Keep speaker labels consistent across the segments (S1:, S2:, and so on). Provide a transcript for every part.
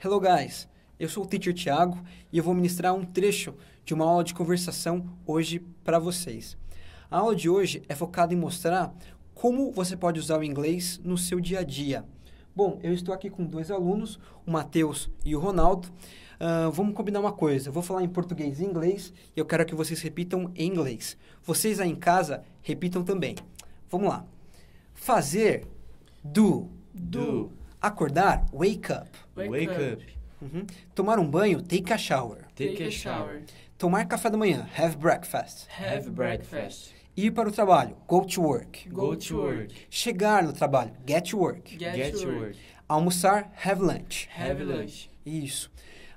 S1: Hello guys, eu sou o teacher Thiago e eu vou ministrar um trecho de uma aula de conversação hoje para vocês. A aula de hoje é focada em mostrar como você pode usar o inglês no seu dia a dia. Bom, eu estou aqui com dois alunos, o Matheus e o Ronaldo. Ah, vamos combinar uma coisa, eu vou falar em português e inglês e eu quero que vocês repitam em inglês. Vocês aí em casa, repitam também. Vamos lá. Fazer, do.
S2: Do.
S1: Acordar, wake up.
S2: Wake,
S3: Wake
S2: up.
S3: up.
S1: Uhum. Tomar um banho, take a shower.
S2: Take a shower.
S1: Tomar café da manhã, have breakfast.
S2: Have breakfast.
S1: Ir para o trabalho, go to work.
S2: Go to work.
S1: Chegar no trabalho, get to work.
S2: Get, to work.
S1: Almoçar, have lunch.
S2: Have lunch.
S1: Isso.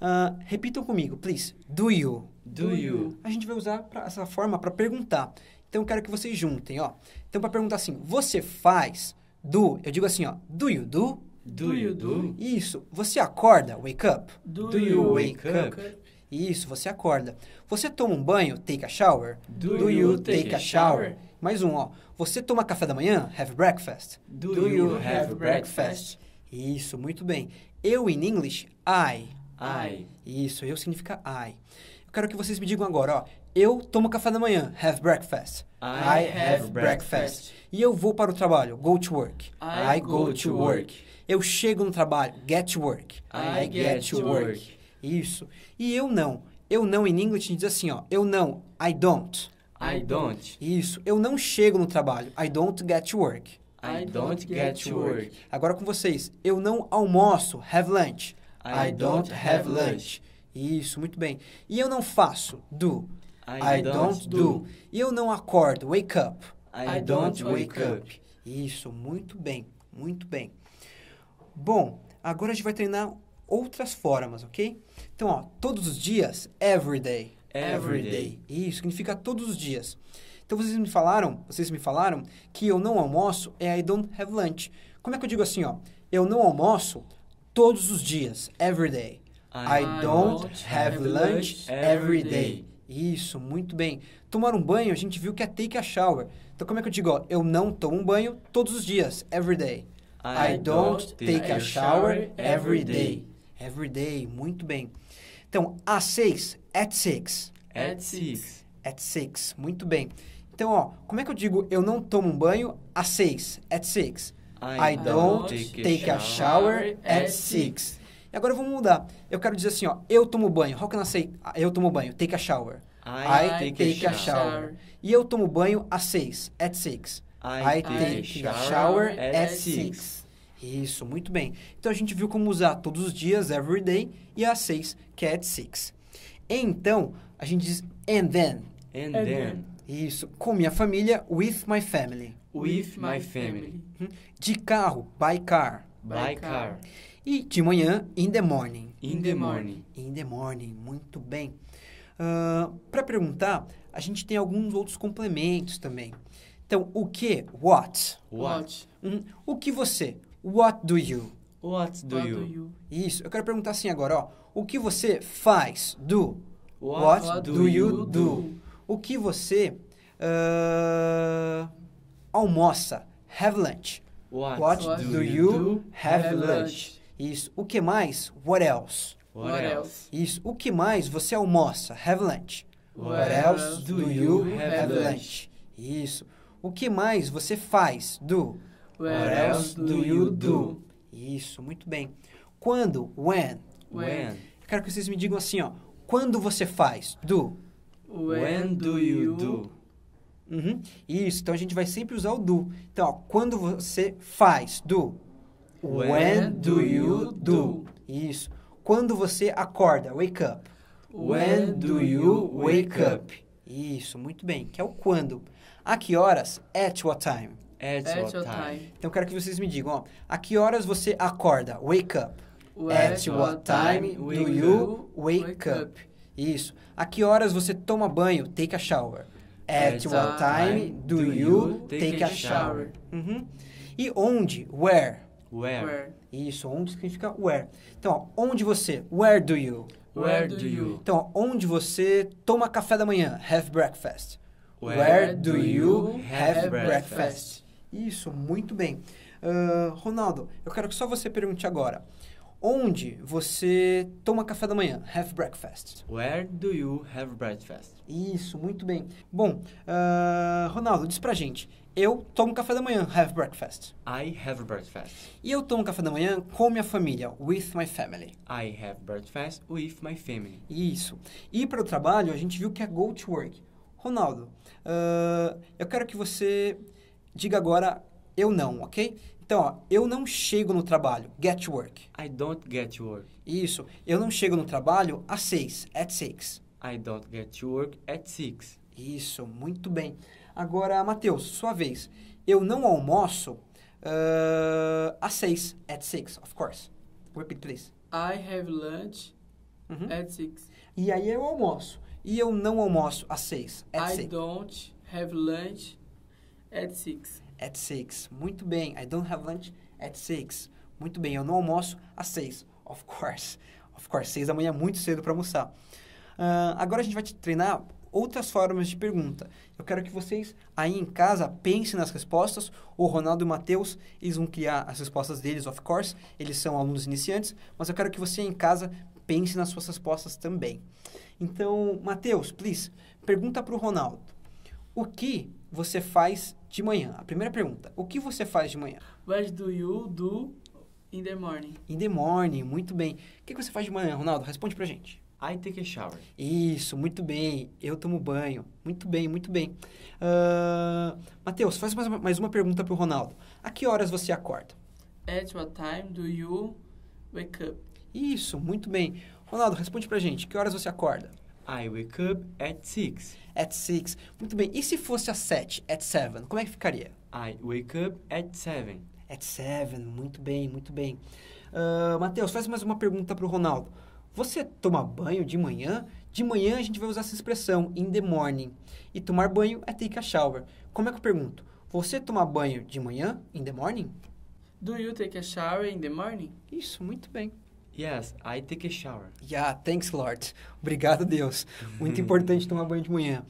S1: Ah, repitam comigo, please. Do you?
S2: Do you?
S1: A gente vai usar pra- essa forma para perguntar. Então eu quero que vocês juntem, ó. Então para perguntar assim, você faz do? Eu digo assim, ó, do you do?
S2: Do you do?
S1: Isso. Você acorda, wake up.
S2: Do,
S3: Do you wake up?
S1: Isso, você acorda. Você toma um banho, take a shower.
S2: Do you take a shower?
S1: Mais um, ó. Você toma café da manhã, have breakfast.
S2: Do you have breakfast?
S1: Isso, muito bem. Eu in English, I.
S2: I.
S1: Isso, eu significa I. Eu quero que vocês me digam agora, ó. Eu tomo café da manhã, have breakfast.
S2: I have breakfast.
S1: E eu vou para o trabalho, go to work.
S2: I go to work.
S1: Eu chego no trabalho, get to work.
S2: I get to work.
S1: Isso. E eu não. Eu não em inglês diz assim, ó. Eu não, I don't.
S2: I don't.
S1: Isso. Eu não chego no trabalho. I don't get to work.
S2: I don't get to work.
S1: Agora com vocês. Eu não almoço. Have lunch.
S2: I don't have lunch.
S1: Isso, muito bem. E eu não faço. Do.
S2: I don't do.
S1: E eu não acordo. Wake up.
S2: I don't wake up.
S1: Isso, muito bem. Muito bem. Bom, agora a gente vai treinar outras formas, ok? Então, ó, todos os dias, every day.
S2: Every day.
S1: Isso, significa todos os dias. Então vocês me falaram, vocês me falaram que eu não almoço é I don't have lunch. Como é que eu digo assim, ó? Eu não almoço todos os dias, every day. I, don't, have, lunch every day. Isso, muito bem. Tomar um banho, a gente viu que é take a shower. Então como é que eu digo, ó? Eu não tomo um banho todos os dias, every day. I don't take a shower every day. Every day, muito bem. Então, às seis, at six.
S2: At six.
S1: At six, muito bem. Então, ó, como é que eu digo eu não tomo um banho às seis? At six. I, don't take a shower at six. E agora vamos mudar. Eu quero dizer assim, ó, eu tomo banho. How can I say ah, eu tomo banho? Take a shower.
S2: I take a shower.
S1: E eu tomo banho às seis. At six.
S3: I take a shower at six.
S1: é Isso, muito bem. Então a gente viu como usar todos os dias, every day, e às seis, que é at six. Então, a gente diz and then.
S3: And
S2: And
S3: then.
S2: then
S1: Isso, com minha família, with my family. Hum,
S2: with my family.
S1: De carro, by car.
S2: By car.
S1: E de manhã, in the morning.
S2: In the morning.
S1: In the morning, muito bem. Para perguntar, a gente tem alguns outros complementos também. Então, o que? What.
S3: What?
S1: Hum, o que você? What do you?
S3: What do you?
S1: Isso, eu quero perguntar assim agora, ó. O que você faz? Do.
S3: What
S1: do you do? O que você ah, almoça? Have lunch.
S3: What?
S1: What, do you have lunch? Isso. O que mais? What else?
S2: What else?
S1: Isso. O que mais você almoça? Have lunch.
S2: What else do you have lunch?
S1: Isso. O que mais você faz? Do.
S2: What else do you do?
S1: Isso. Muito bem. Quando? When.
S2: When?
S1: Eu quero que vocês me digam assim, ó. Quando você faz? Do.
S2: When do you do?
S1: Uhum. Isso. Então a gente vai sempre usar o do. Então, ó, quando você faz? Do.
S2: When do you do?
S1: Isso. Quando você acorda? Wake up.
S2: When do you wake up?
S1: Isso, muito bem. Que é o quando. A que horas? At what time?
S3: At what time?
S1: Então eu quero que vocês me digam, ó. A que horas você acorda? Wake up. É,
S2: At
S1: tipo,
S2: what time do you wake up?
S1: Isso. A que horas você toma banho? Take a shower. At what É, time do you take a shower? Uhum. E onde? Where?
S3: Where?
S2: Where?
S1: Isso, onde significa where. Então, ó, onde você? Where do you?
S2: Where do you?
S1: Então, ó, onde você toma café da manhã? Have breakfast.
S3: Where do you have breakfast?
S1: Isso, muito bem. Ahn, Ronaldo, eu quero que só você pergunte agora. Onde você toma café da manhã? Have breakfast.
S3: Where do you have breakfast?
S1: Isso, muito bem. Bom, ah, Ronaldo, diz pra gente. Eu tomo café da manhã, have breakfast.
S3: I have breakfast.
S1: E eu tomo café da manhã com minha família, with my family.
S3: I have breakfast with my family.
S1: Isso. E para o trabalho, a gente viu que é go to work. Ronaldo, ah, eu quero que você diga agora eu não, ok? Então, ó, eu não chego no trabalho, get to work.
S3: I don't get to work.
S1: Isso. Eu não chego no trabalho às seis, at six.
S3: I don't get to work at 6.
S1: Isso, muito bem. Agora, Matheus, sua vez. Eu não almoço ah, às seis, at six, of course. Repeat, please.
S2: I have lunch
S1: Uhum.
S2: at 6.
S1: E aí eu almoço. E eu não almoço às seis, at
S2: I
S1: six.
S2: don't have lunch at 6.
S1: At six. Muito bem. I don't have lunch at six. Muito bem. Eu não almoço às seis. Of course. Of course. Seis da manhã é muito cedo para almoçar. Ah, agora a gente vai te treinar outras formas de pergunta. Eu quero que vocês aí em casa pensem nas respostas. O Ronaldo e o Matheus, eles vão criar as respostas deles, of course. Eles são alunos iniciantes, mas eu quero que você em casa pense nas suas respostas também. Então, Matheus, please, pergunta para o Ronaldo. O que você faz de manhã? A primeira pergunta. O que você faz de manhã?
S2: What do you do in the morning?
S1: In the morning, muito bem. O que que você faz de manhã, Ronaldo? Responde pra gente.
S3: I take a shower.
S1: Isso, muito bem. Eu tomo banho. Muito bem, muito bem. Ah, Matheus, faz mais uma, mais uma pergunta pro Ronaldo. A que horas você acorda?
S2: At what time do you wake up?
S1: Isso, muito bem. Ronaldo, responde pra gente. Que horas você acorda?
S3: I wake up at 6.
S1: At six. Muito bem. E se fosse às sete? At seven. Como é que ficaria?
S3: I wake up at 7.
S1: At seven. Muito bem, muito bem. Ah, Matheus, faz mais uma pergunta pro Ronaldo. Você toma banho de manhã? De manhã a gente vai usar essa expressão, in the morning. E tomar banho é take a shower. Como é que eu pergunto? Você toma banho de manhã, in the morning?
S2: Do you take a shower in the morning?
S1: Isso, muito bem.
S3: Yes, I take a shower.
S1: Yeah, thanks Lord. Obrigado, Deus. Muito importante tomar banho de manhã.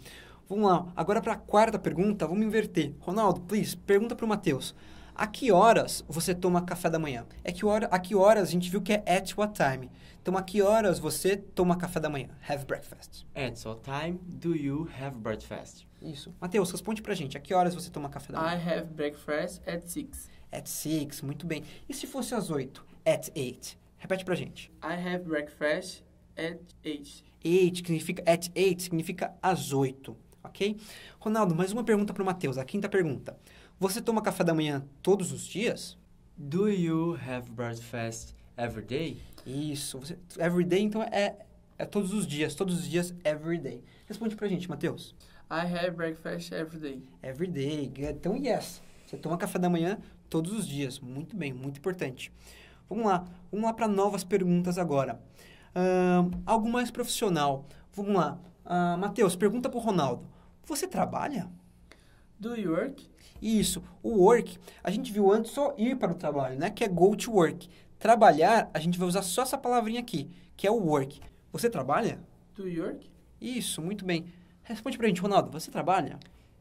S1: Vamos lá, agora para a quarta pergunta, vamos inverter. Ronaldo, please, pergunta para o Matheus. A que horas você toma café da manhã? É que hora, a que horas a gente viu que é at what time. Então, a que horas você toma café da manhã? Have breakfast.
S3: At what time do you have breakfast?
S1: Isso. Matheus, responde pra gente. A que horas você toma café da
S2: I
S1: manhã?
S2: have breakfast at 6.
S1: At six, muito bem. E se fosse às oito? At eight. Repete pra gente.
S2: I have breakfast at 8.
S1: Eight significa at eight significa às oito, ok? Ronaldo, mais uma pergunta para o Matheus, a quinta pergunta. Você toma café da manhã todos os dias?
S3: Do you have breakfast every day?
S1: Isso. Você, every day, então, é, é todos os dias. Todos os dias, every day. Responde pra gente, Matheus.
S2: I have breakfast every day.
S1: Every day. good. Então, yes. Você toma café da manhã todos os dias. Muito bem, muito importante. Vamos lá. Vamos lá para novas perguntas agora. Ahn, algo mais profissional. Vamos lá. Ah, Matheus, pergunta pro Ronaldo. Você trabalha?
S2: Do you work?
S1: Isso. O work, a gente viu antes só ir para o trabalho, né? Que é go to work. Trabalhar, a gente vai usar só essa palavrinha aqui, que é o work. Você trabalha?
S2: Do you work?
S1: Isso, muito bem. Responde pra gente, Ronaldo. Você trabalha?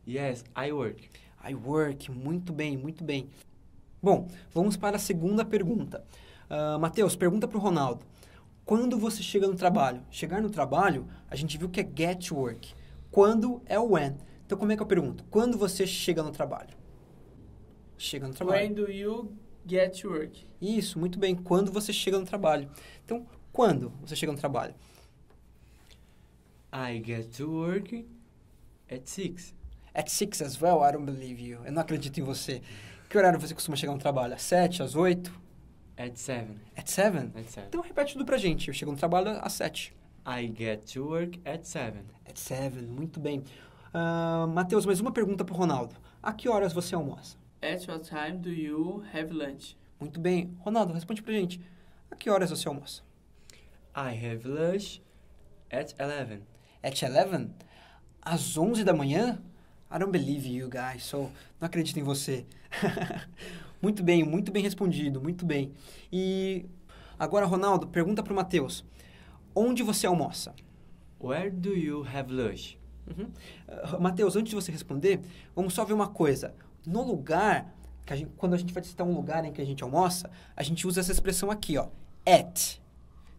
S3: Yes, I work.
S1: I work. Muito bem, muito bem. Bom, vamos para a segunda pergunta. Ah, Matheus, pergunta pro Ronaldo. Quando você chega no trabalho? Chegar no trabalho, a gente viu que é get to work. Quando é o when. Então, como é que eu pergunto? Quando você chega no trabalho? Chega no trabalho.
S2: When do you get to work?
S1: Isso, muito bem. Quando você chega no trabalho. Então, quando você chega no trabalho?
S3: I get to work at 6.
S1: At six as well, I don't believe you. Eu não acredito em você. Que horário você costuma chegar no trabalho? Às sete, às oito?
S3: At 7.
S1: At seven?
S3: At 7.
S1: Então, repete tudo pra gente. Eu chego no trabalho às sete.
S3: I get to work at 7.
S1: At seven, muito bem. Ah, Matheus, mais uma pergunta pro Ronaldo. A que horas você almoça?
S2: At what time do you have lunch?
S1: Muito bem. Ronaldo, responde pra gente. A que horas você almoça?
S3: I have lunch at 11.
S1: At 11? Às 11 da manhã? I don't believe you guys, so não acredito em você. muito bem, muito bem respondido, muito bem. E agora, Ronaldo, pergunta pro Matheus. Onde você almoça?
S3: Where do you have lunch?
S1: Uhum. Ah, Matheus, antes de você responder, vamos só ver uma coisa. No lugar, que a gente- quando a gente vai citar um lugar em que a gente almoça, a gente usa essa expressão aqui, ó. at.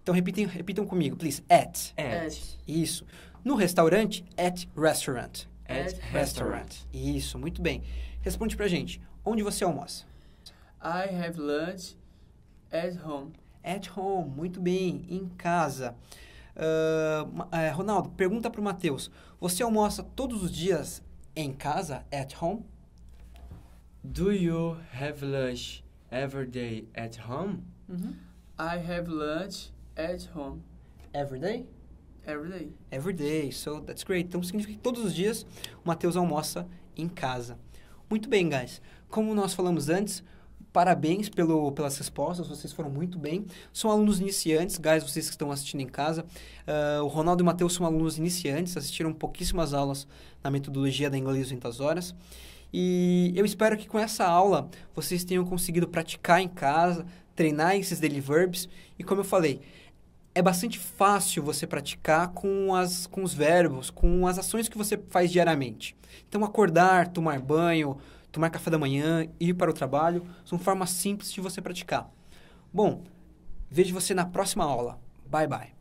S1: Então repitem, repitam comigo, please. At.
S3: At.
S1: Isso. No restaurante, at restaurant.
S3: At restaurant.
S1: Isso, muito bem. Responde pra gente. Onde você almoça?
S2: I have lunch at home.
S1: At home, muito bem, em casa. Ah, Ma- eh, Ronaldo, pergunta pro Matheus. Você almoça todos os dias em casa, at home?
S3: Do you have lunch every day at home?
S2: I have lunch at home
S1: Every day?
S2: every day.
S1: Every day, so that's great. Então significa que todos os dias o Matheus almoça em casa. Muito bem, guys. Como nós falamos antes, parabéns pelo, pelas respostas, vocês foram muito bem. São alunos iniciantes, guys, vocês que estão assistindo em casa. Ah, o Ronaldo e o Matheus são alunos iniciantes, assistiram pouquíssimas aulas na metodologia da Inglês 200 Horas. E eu espero que com essa aula vocês tenham conseguido praticar em casa, treinar esses daily verbs. E como eu falei, é bastante fácil você praticar com, as, com os verbos, com as ações que você faz diariamente. Então, acordar, tomar banho, tomar café da manhã, ir para o trabalho, são formas simples de você praticar. Bom, vejo você na próxima aula. Bye, bye.